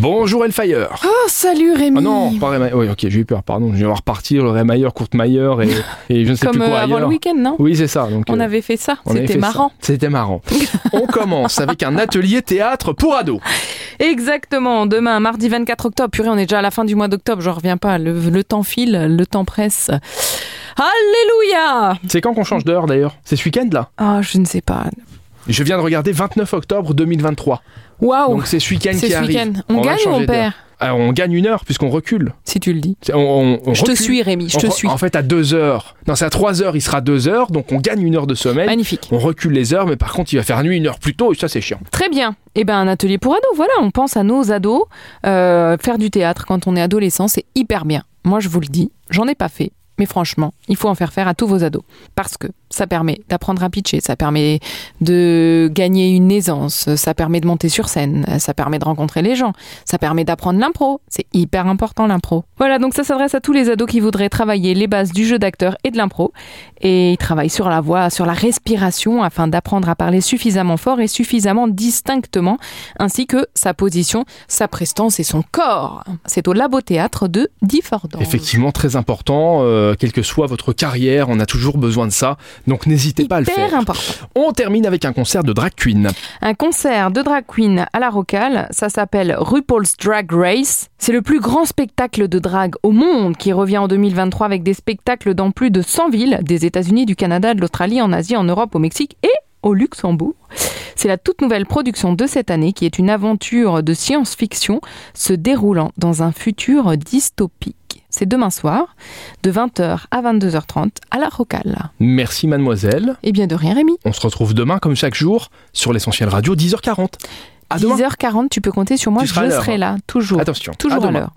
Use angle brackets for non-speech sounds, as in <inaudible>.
Bonjour Elfire Oh, salut Rémi Ah non, pas Rémailleur. Oui, ok, j'ai eu peur, pardon. Je vais repartir le Rémailleur, Courtemailleur et, <laughs> et je ne sais Comme plus quoi euh, avant ailleurs. le week-end, non oui, c'est ça. Donc, On euh, avait fait ça, on avait c'était fait ça. marrant. C'était <laughs> marrant. on commence avec un atelier théâtre pour ados. Exactement, demain, mardi 24 octobre. Purée, on est déjà à la fin du mois d'octobre, j'en reviens pas. Le, le temps file, le temps presse. Alléluia C'est quand qu'on change d'heure d'ailleurs C'est ce week-end là Ah, je ne sais pas. Je viens de regarder 29 octobre 2023. Waouh Donc c'est ce week-end Oh. C'est qui ce arrive. week-end. On, va gagne ou changer on d'heure. perd Alors, on gagne une heure puisqu'on recule. Si tu le dis. C'est- on- on- on Je te recule. suis, Rémi, je On te re- suis. En fait, à 2 heures. Non, c'est à 3 heures, il sera 2 heures, donc on gagne une heure de sommeil. Magnifique. On recule les heures, mais par contre, il va faire nuit une heure plus tôt, et ça, c'est chiant. Très bien. Eh ben, un atelier pour ados. Voilà, on pense à nos ados. Euh, faire du théâtre quand on est adolescent, c'est hyper bien. Moi, je vous le dis, j'en ai pas fait. Mais franchement, il faut en faire faire à tous vos ados. Parce que ça permet d'apprendre à pitcher, ça permet de gagner une aisance, ça permet de monter sur scène, ça permet de rencontrer les gens, ça permet d'apprendre l'impro. C'est hyper important l'impro. Voilà, donc ça s'adresse à tous les ados qui voudraient travailler les bases du jeu d'acteur et de l'impro. Et il travaille sur la voix, sur la respiration afin d'apprendre à parler suffisamment fort et suffisamment distinctement, ainsi que sa position, sa prestance et son corps. C'est au Labo Théâtre de Diffordon. Effectivement, très important, euh, quelle que soit votre carrière, on a toujours besoin de ça, donc n'hésitez pas à le Hyper faire. important. On termine avec un concert de drag queen. Un concert de drag queen à la Rocale, ça s'appelle RuPaul's Drag Race. C'est le plus grand spectacle de drag au monde qui revient en 2023 avec des spectacles dans plus de 100 villes, des États-Unis, du Canada, de l'Australie, en Asie, en Europe, au Mexique et au Luxembourg. C'est la toute nouvelle production de cette année qui est une aventure de science-fiction se déroulant dans un futur dystopique. C'est demain soir, de 20h à 22h30 à la Rocale. Merci mademoiselle, Et bien de rien Rémi. on se retrouve demain comme chaque jour sur l'essentiel radio 10h40. À demain. 10h40, tu peux compter sur moi, Tu je seras à l'heure, serai hein. là, toujours. Attention. à Toujours à demain. l'heure.